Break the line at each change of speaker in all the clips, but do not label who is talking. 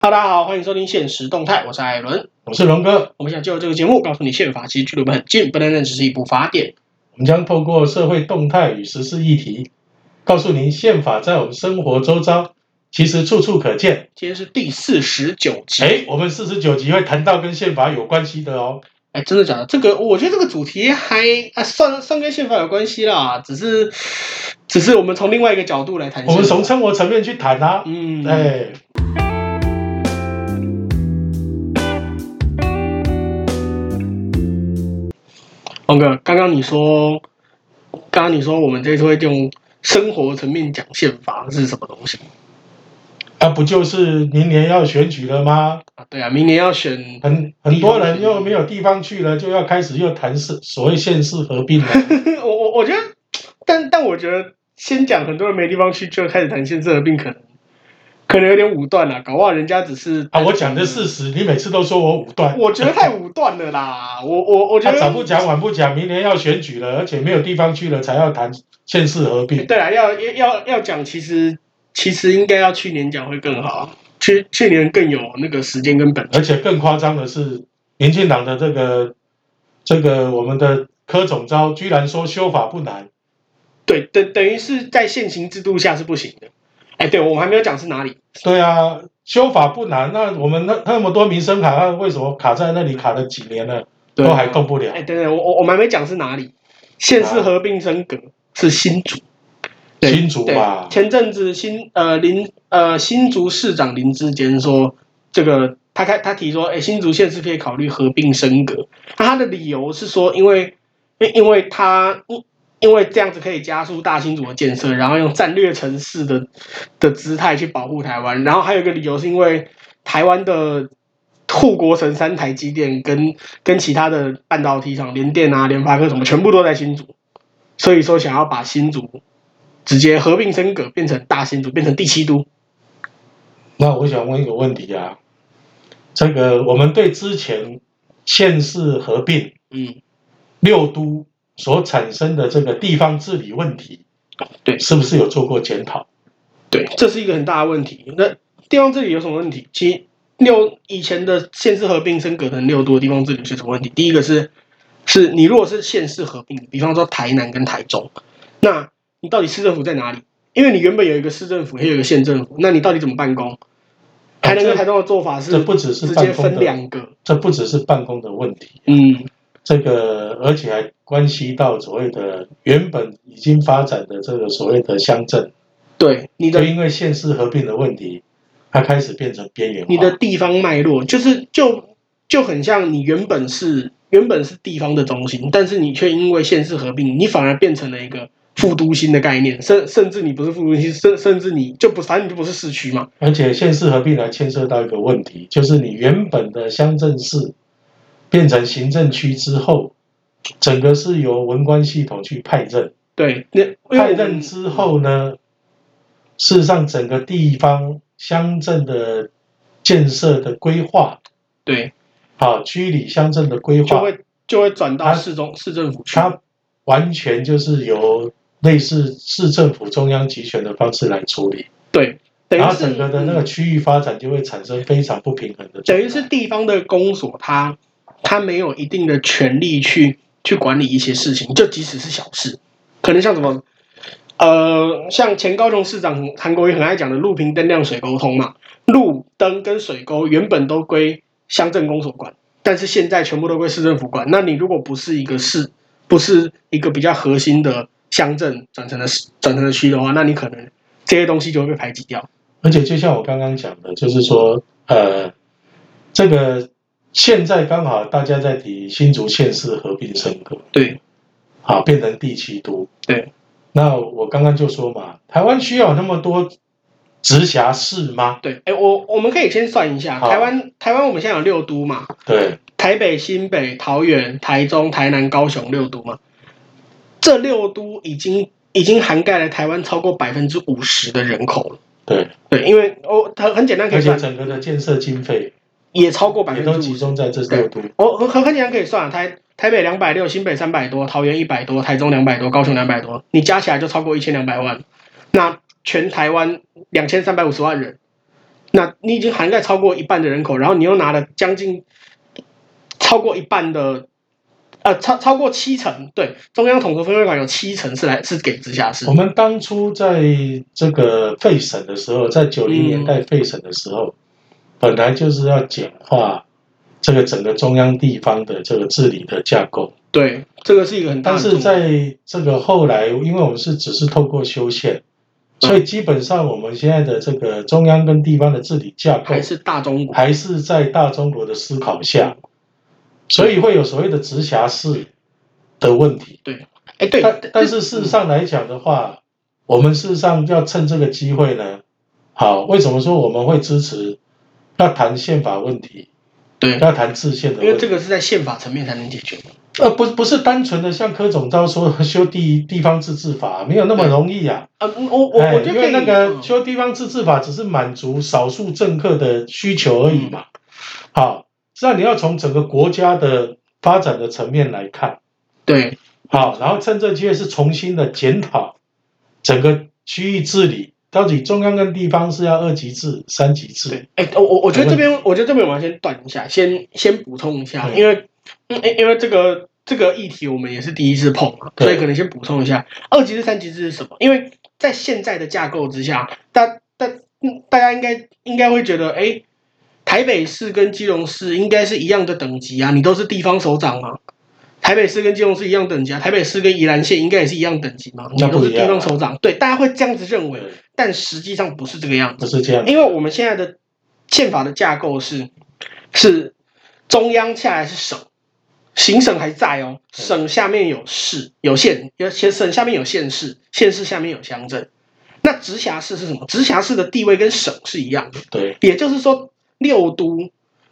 哈，大家好，欢迎收听《现实动态》，我是艾伦。
我是龙哥。
我们想借由这个节目，告诉你宪法其实距离我们很近，不单单只是一部法典。
我们将透过社会动态与时事议题，告诉您宪法在我们生活周遭其实处处可见。
今天是第四十九集，
哎，我们四十九集会谈到跟宪法有关系的哦。
哎，真的假的？这个我觉得这个主题还啊，算算跟宪法有关系啦，只是只是我们从另外一个角度来谈宪
我
法。
们从生活层面去谈啊。
嗯，
哎，
龙哥，刚刚你说，刚刚你说我们这次会用生活层面讲宪法是什么东西
啊，不就是明年要选举了吗？
啊？对啊，明年要选
很很多人又没有地方去了，就要开始又谈是所谓县市合 并了。
我我我觉得，但但我觉得先讲很多人没地方去，就开始谈县市合并，可能可能有点武断了，搞不好人家只是
啊，我讲的事实，你每次都说我武断。
我觉得太武断了啦，我我我觉
他
得
早不讲晚不讲，明年要选举了，而且没有地方去了，才要谈县市合并。
对啦，要要要要讲，其实其实应该要去年讲会更好，去去年更有那个时间跟本
而
钱。
且更夸张的是，民进党的这个这个我们的柯总招居然说修法不难，
对，等等于是在现行制度下是不行的。哎，对，我们还没有讲是哪里。
对啊，修法不难，那我们那那么多民生法案为什么卡在那里卡了几年了，
对
都还动不了
哎，？等等，我我我们还没讲是哪里，县市合并升格是新竹。对
新竹吧
对，前阵子新呃林呃新竹市长林志坚说，这个他开他提说，哎、新竹县是可以考虑合并升格。那他的理由是说，因为因因为他因因为这样子可以加速大新竹的建设，然后用战略城市的的姿态去保护台湾。然后还有一个理由是因为台湾的护国神山台积电跟跟其他的半导体厂，联电啊、联发科什么，全部都在新竹，所以说想要把新竹直接合并升格，变成大新竹，变成第七都。
那我想问一个问题啊，这个我们对之前县市合并
嗯，
六都所产生的这个地方治理问题，
对
是不是有做过检讨？
对，这是一个很大的问题。那地方治理有什么问题？其实六以前的县市合并升格成六都，地方治理是什么问题？第一个是，是你如果是县市合并，比方说台南跟台中，那你到底市政府在哪里？因为你原本有一个市政府，还有一个县政府，那你到底怎么办公？台南跟台中的做法是
啊这不只是
直
办
接
公
分
的
两个，
这不只是办公的问题，
嗯，
这个，而且还关系到所谓的原本已经发展的这个所谓的乡镇，
对，你
就
的
因为县市合并的问题，它开始变成边缘化。
你的地方脉络，就是就就很像你原本是原本是地方的中心，但是你却因为县市合并，你反而变成了一个副都心的概念，甚甚至你不是副都心，甚甚至你就不反正你就不是市区嘛，
而且县市合并还牵涉到一个问题，就是你原本的乡镇市变成行政区之后，整个是由文官系统去派任，
对，那因
派
为我
任
们
之后呢，事实上整个地方乡镇的建设的规划，
对
啊，区里乡镇的规划，
就会就会转到
它
市中市政府去，
它完全就是由类似市政府中央集权的方式来处理，
对，等
然
于
后
是
整个的那
嗯
个区域发展就会产生非常不平衡的状态。
等于是地方的公所它，它没有一定的权利去去管理一些事情，就即使是小事，可能像什么，呃，像前高雄市长韩国瑜很爱讲的路平灯亮水沟通嘛，路灯跟水沟原本都归乡镇公所管，但是现在全部都归市政府管。那你如果不是一个市，不是一个比较核心的乡镇转成了市转成了区的话，那你可能这些东西就会被排挤掉。
而且就像我刚刚讲的，就是说，呃，这个现在刚好大家在提新竹县市合并升格，
对
啊，变成第七都。
对，
那我刚刚就说嘛，台湾需要那么多直辖市吗？
对，哎，我我们可以先算一下，
好
台湾台湾我们现在有六都嘛，
对，
台北、新北、桃园、台中、台南、高雄六都嘛，这六都已经已经涵盖了台湾超过百分之五十的人口了。
对，
对，因为哦，很很简单可以
而且
算，
整个的建设经费
也超过百
也
分
都
之五
集
十。
中在这六都。
哦，很很很简单可以算，台台北两百六，新北三百多，桃园一百多，台中两百多，高雄两百多，你加起来就超过一千两百万。那全台湾两千三百五十万人，那你已经涵盖超过一半的人口，然后你又拿了将近超过一半的，呃，超超过七成，对，中央统筹分配款有七成是来是给直辖市
我，们当初在这个费省的时候，在九零年代费省的时候，本来就是要简化这个整个中央地方的这个治理的架构，
对，这个是一个很大
但
的重点。
是在这个后来，因为我们是只是透过修宪，所以基本上我们现在的这个中央跟地方的治理架构
还是大中国，
还是在大中国的思考下，所以会有所谓的直辖市的问题。
哎，对，
但但
这
是事实上来讲的话，我们事实上要趁这个机会呢，好，为什么说我们会支持要谈宪法问题，
对，
要谈制宪的
因为
问
这
题？
个是在宪法层面才能解决，
呃，不不是单纯的像柯总召说 修地地方自治法，没有那么容易啊。
呃，嗯我我
哎
我觉得
因
可以
为那个
嗯
修地方自治法只是满足少数政客的需求而已嘛。
嗯
好，那你要从整个国家的发展的层面来看。
对，
好，然后趁这机会是重新的检讨整个区域治理，到底中央跟地方是要二级制、三级制？
对，哎、我我我觉得这边，我觉得这边我要先断一下，先先补充一下，
嗯
因为嗯，因因为这个这个议题我们也是第一次碰嘛，
对
所以可能先补充一下，二级制、三级制是什么？因为在现在的架构之下，大大嗯大家应该应该会觉得，哎、台北市跟基隆市应该是一样的等级啊，你都是地方首长啊。台北市跟基隆市一样等级啊，台北市跟宜兰县应该也是一样等级嘛，你
那
都
不
是
一
地
样啊
方首长，对，大家会这样子认为
对，
但实际上不是这个样子
不。是这样。
因为我们现在的宪法的架构是是中央下来是省，行省还在哦，省下面有市有县，有县省下面有县市，县市下面有乡镇。那直辖市是什么？直辖市的地位跟省是一样的，
对，
也就是说六都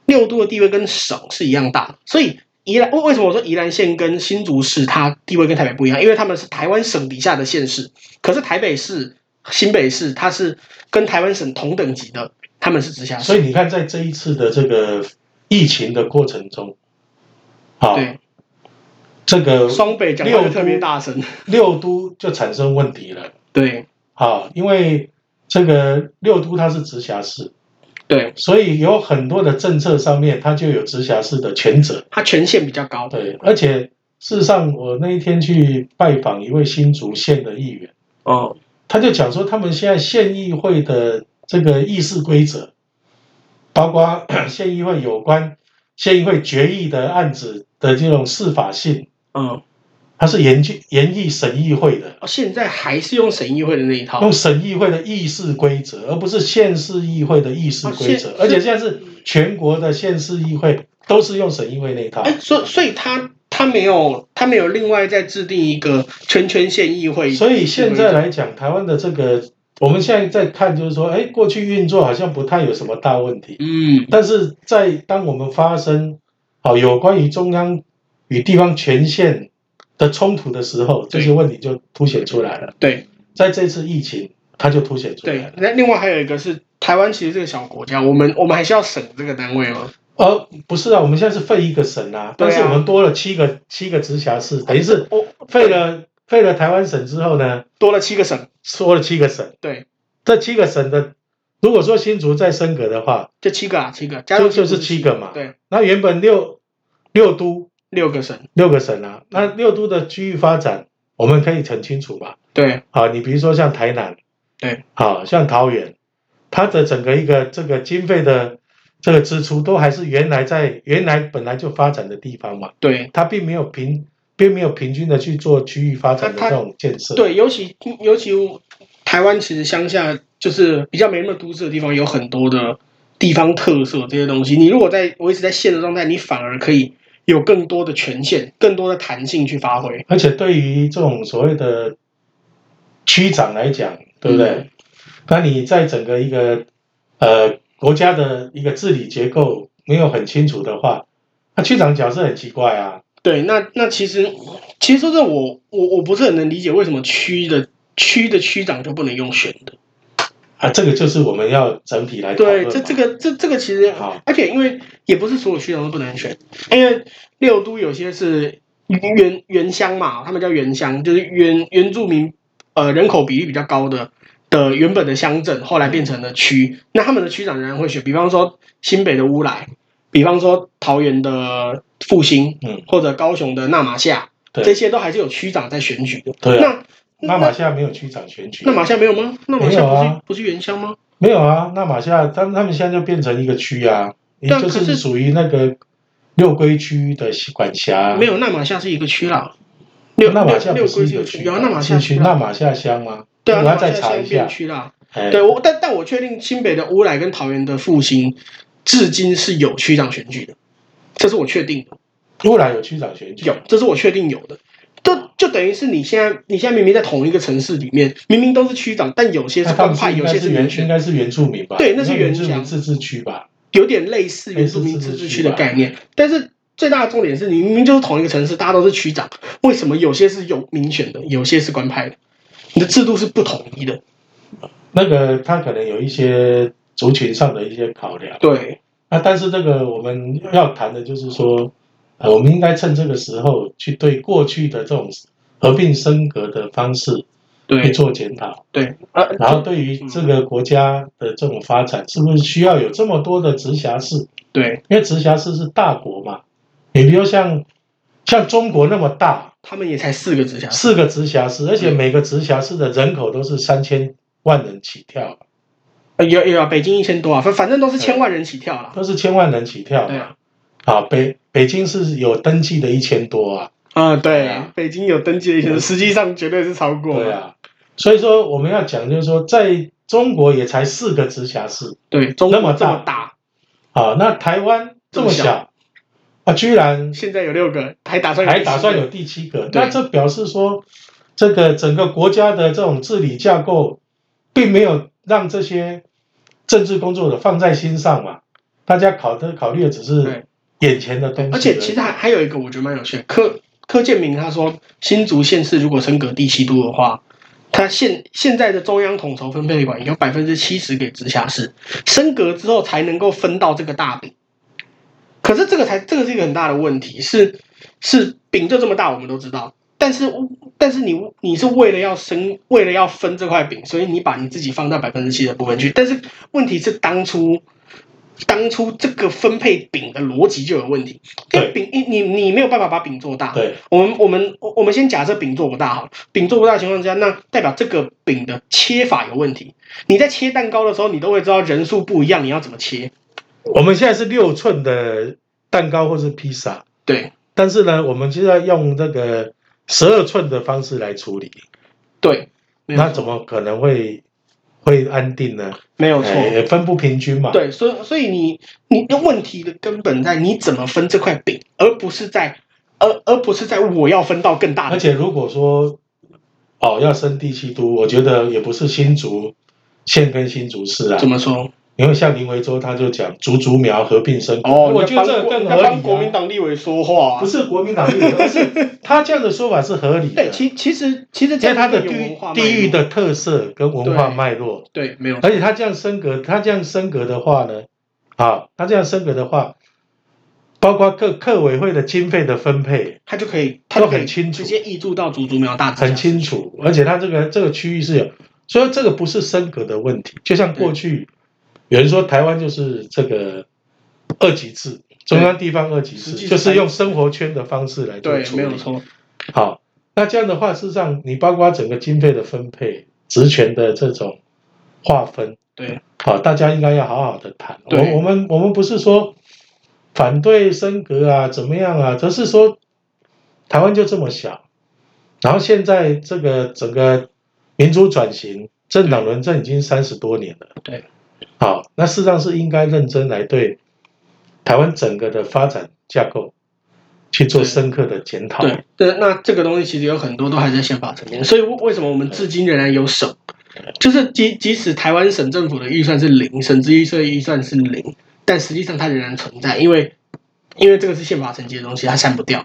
六都的地位跟省是一样大的。所以宜兰为为什么我说宜兰县跟新竹市它地位跟台北不一样？因为他们是台湾省底下的县市，可是台北市、新北市它是跟台湾省同等级的，他们是直辖市。
所以你看，在这一次的这个疫情的过程中，好，
对，
这个
双北讲话就特别大声。
哦六都就产生问题了。
对
好，因为这个六都它是直辖市，
对，
所以有很多的政策上面它就有直辖市的权责。
它权限比较高。
对，而且事实上，我那一天去拜访一位新竹县的议员，
哦，
他就讲说，他们现在县议会的这个议事规则，包括 县议会有关县议会决议的案子的这种司法性，
嗯，
它是研究研议审议会的，
哦现在还是用省议会的那一套。
用审议会的议事规则，而不是县市议会的议事规则
哦县，
而且现在是全国的县市议会都是用审议会那一套。
哎，所所以他他没有他没有另外再制定一个全权县议会，
所以现在来讲，台湾的这个，我们现在在看，就是说，哎，过去运作好像不太有什么大问题，
嗯，
但是在当我们发生好有关于中央与地方权限的冲突的时候，这
对
些问题就凸显出来了。
对
在这次疫情，它就凸显出来
对
了。。
那另外还有一个是台湾其实是个小国家，我们我们还是要省这个单位哦吗？
呃，不是啊，我们现在是废一个省啊，
对啊
但是我们多了七个七个直辖市，等于是
我
废了废了台湾省之后呢，
多了七个省，
多了七个省。
对，
这七个省的，如果说新竹再升格的话，
就七个啊，七个，加
就
入
就是七个嘛。
对，
那原本六六都
六个省，
六个省啊，那
嗯
六都的区域发展，我们可以很清楚嘛。
对
啊，你比如说像台南，
对，
好、像桃园，它的整个一个这个经费的这个支出，都还是原来在原来本来就发展的地方嘛，
对
它并没有平并没有平均的去做区域发展的
它它
这种建设。
对，尤其尤其台湾其实乡下就是比较没那么都市的地方，有很多的地方特色这些东西。你如果在我一直在县的状态，你反而可以有更多的权限，更多的弹性去发挥。
而且对于这种所谓的区长来讲，对不对？
嗯
那你在整个一个呃国家的一个治理结构没有很清楚的话，那区长角色很奇怪啊。
对，那那其实其实说真的，我我我不是很能理解为什么区的区的区长就不能用选的。
啊，这个就是我们要整体来讨论
对，
嘛。
这这个这这个其实
嗯好，
而且因为也不是所有区长都不能选，因为六都有些是原原乡嘛，他们叫原乡，就是原原住民呃人口比例比较高的的原本的乡镇，后来变成了区，那他们的区长仍然会选，比方说新北的乌来，比方说桃园的复兴，
嗯，
或者高雄的纳马夏，
对
这些都还是有区长在选举的。
对啊。
那
那马夏没有区长选举
那，马夏没有吗？那马夏
没有
不是、
啊
不是原乡吗？
没有啊。那马夏他们他们现在就变成一个区啊，也
但
就
可是
是属于那个六龟区的管辖。啊
没有，那马夏是一个区啦。六
那马
六
夏
六
不是
龟
一
是
个
有
区
区
啊，
啊，那马夏
是
区
区
啦
那马夏乡吗？
对啊，
我
那
要
马夏
再查
现
一
在变
下。
区啦。
哎，
对我，但但我确定新北的乌来跟桃园的复兴，至今是有区长选举的，这是我确定的，
乌来有区长选举
有，，这是我确定有的。就就等于是你现在，你现在明明在同一个城市里面，明明都是区长，但有些是
那他
官
们
派，
是应
有
该
些
是
民
原应
选，
该是原住民吧？
对那是原
住
乡
民自治区吧？
有点类似原住民
类似
自
自治
治
区
区的
吧
概念。但是最大的重点是你明明就是同一个城市，大家都是区长，为什么有些是有民选的，有些是官派的？你的制度是不统一的。
那个他可能有一些族群上的一些考量。
对，
那但是这个我们要谈的就是说，呃，我们应该趁这个时候去对过去的这种合并升格的方式去
对，
做检讨，
对，呃，
然后对于这个国家的这种发展，是不是需要有这么多的直辖市？
对
因为直辖市是大国嘛，你比如像像中国那么大，
他们也才四个直辖市。
四个直辖市，而
嗯
且每个直辖市的人口都是三千万人起跳，
呃，有有啊，北京一千多啊，反反正都是千万人起跳啦。
都是千万人起跳
对
嘛。
啊，
啊，北北京是有登记的一千多啊，
啊
对
对
啊，
北京有登记的一千，实际上绝对是超过。
对，啊，所以说我们要讲就是说，在中国也才四个直辖市
对，中国
那么
这
大
么大，
啊，那台湾这
这
么
么小
小啊，居然
现在有六个，还打算有
还打算
七
有
个
第七个，
对
那这表示说，这个整个国家的这种治理架构，并没有让这些政治工作者放在心上嘛，大家考的考虑的只
对
是眼前的东西已，
而且其实还还有一个我觉得蛮有趣的，柯柯建明他说，新竹县市如果升格第七都的话，他现现在的中央统筹分配管有百分之七十给直辖市，升格之后才能够分到这个大饼。可是这个才这个是一个很大的问题，是是饼就这么大，我们都知道。但是但是你你是为了要升，为了要分这块饼，所以你把你自己放到百分之七的部分去。但是问题是当初当初这个分配饼的逻辑就有问题，因为
对
饼你你你没有办法把饼做大。
对
我们我们我我们先假设饼做不大好了，饼做不大的情况之下，那代表这个饼的切法有问题。你在切蛋糕的时候，你都会知道人数不一样，你要怎么切。
我们现在是六寸的蛋糕或是披萨，
对
但是呢，我们现在用这个十二寸的方式来处理，
对，没有
那怎么可能会会安定呢？
没有错？
哎也分不平均嘛。
对，所以所以你你的问题的根本在你怎么分这块饼，而不是在而而不是在我要分到更大
而
的。
且如果说哦要升第七都，我觉得也不是新竹县跟新竹市啊
怎，么说？
因为像林维洲他就讲竹竹苗合并升格，
哦，
我
你
觉
要
得
帮
这个
国
更
你
合
要帮国
理
民
啊。
党立委说话、啊。
不是国民党 立委，而是他这样的说法是合理的
对，，其其实其实
因
这
为他
样
的
的
地
文化脉络
地域的特色跟文化脉络，
对没有
而且他这样升格，他这样升格的话呢，啊，他这样升格的话，包括各各委会的经费的分配
他就可以，他
都
就可以
很清楚
直接移注到竹竹苗大直辖
很
市
清楚，而且他这个这个区域是有，所以这个不是升格的问题，就像过去有人说台湾就是这个二级制，中央地方二级
实际是
制，就是用生活圈的方式来做
对，
处
没有
理。
错，
好，那这样的话，事实上你包括整个经费的分配、职权的这种划分，
对，
好，大家应该要好好的谈。我
对
我们我们不是说反对升格啊，怎么样啊，只是说台湾就这么小，然后现在这个整个民主转型、政党轮政已经三十多年了，
对，
好，那事实上是应该认真来对台湾整个的发展架构去做
对
深刻的检讨。
对对。那这个东西其实有很多都还在宪法层面，所以为什么我们至今仍然有省？就是即即使台湾省政府的预算是零，省之预算预算是零，但实际上它仍然存在，因为因为这个是宪法层级的东西，它删不掉。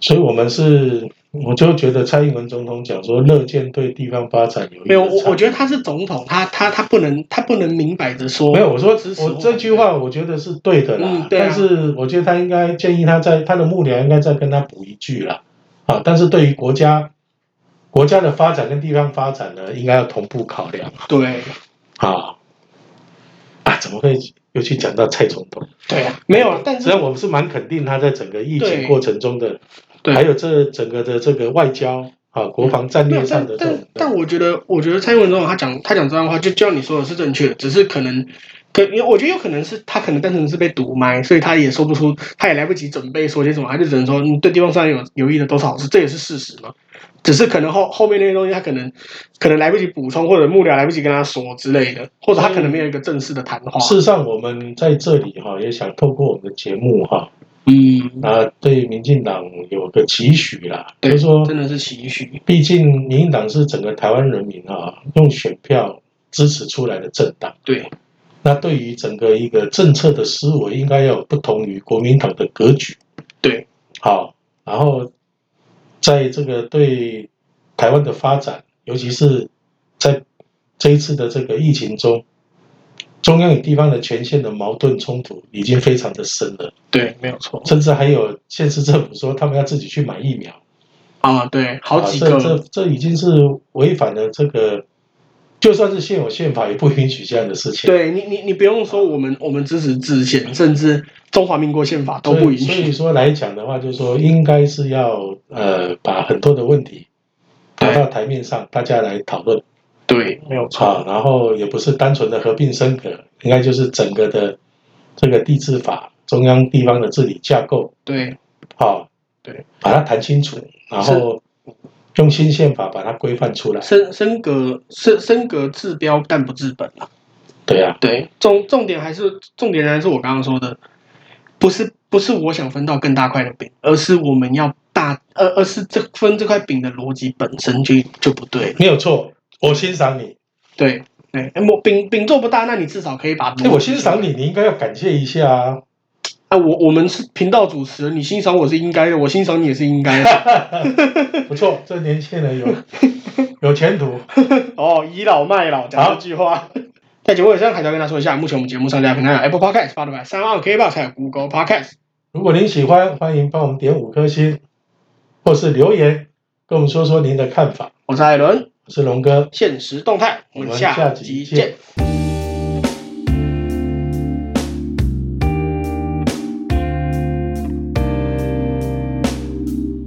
所以我们是，我就觉得蔡英文总统讲说，乐见对地方发展有益
没有，我
的
我
参
觉得他是总统，他他他不能他不能明摆着说
没有，我说
支持
我这句话我觉得是对的啦，
嗯对啊
但是我觉得他应该建议他在他的幕僚应该再跟他补一句啦，啊，但是对于国家国家的发展跟地方发展呢，应该要同步考量
对
啊。啊，怎么会又去讲到蔡总统？
对啊，没有，但
虽然
是
我们是蛮肯定他在整个疫情
对
过程中的，
对
还有这整个的这个外交啊、国防战
没
略
有，
上
但
的这
但
种的
但我觉得，我觉得蔡英文总统他讲他讲这段话，就就像你说的是正确的，只是可能。可，因为我觉得有可能是他可能单纯是被堵麦，所以他也说不出，他也来不及准备说些什么，他就只能说嗯你对地方上有有益的都是好事，这也是事实嘛。只是可能后后面那些东西他可能可能来不及补充，或者幕僚来不及跟他说之类的，或者他可能没有一个正式的谈话。
事实上，我们在这里哈、也想透过我们的节目哈、
嗯，
啊，对民进党有个期许啦，就
对
是说，
真的是期许。
毕竟民进党是整个台湾人民啊用选票支持出来的政党，
对
那对于整个一个政策的思维，应该要有不同于国民党的格局。
对，
好，然后在这个对台湾的发展，尤其是在这一次的这个疫情中，中央与地方的权限的矛盾冲突已经非常的深了，
对，没有错
甚至还有县市政府说他们要自己去买疫苗，
啊，对，好几
啊、这
个，
这这已经是违反了这个，就算是现有宪法也不允许这样的事情。
对你你你不用说我们我们支持制宪，甚至中华民国宪法都不允
所以所以
许。
说来讲的话，就是说应该是要呃把很多的问题拿到台面上，大家来讨论
对，没有
啊，然后也不是单纯的合并升格，应该就是整个的这个地治法、中央地方的治理架构
对
啊，
对，
把它谈清楚，然后用新宪法把它规范出来。
升升格升升格治标但不治本啊。
对啊，
对，重重点还是重点仍然是我刚刚说的，不是不是我想分到更大块的饼，而是我们要大，而而是这分这块饼的逻辑本身就就不对了。
没有错，我欣赏你。
对对，哎我饼饼做不大，那你至少可以把
哎，我欣赏你，你应该要感谢一下啊。
啊，我我们是频道主持人，你欣赏我是应该的，我欣赏你也是应该的。
不错，这年轻人有有前途。
哦，倚老卖老，讲
好
这句话。在节目尾声，还是要跟大家说一下，目前我们节目上架平台有 Apple Podcast、Spotify、三二 K 吧，还有 Google Podcast。
如果您喜欢，欢迎帮我们点五颗星，或是留言跟我们说说您的看法。
我是艾伦，
我是龙哥，
现实动态，我
我
们
们下
下集
集见
见。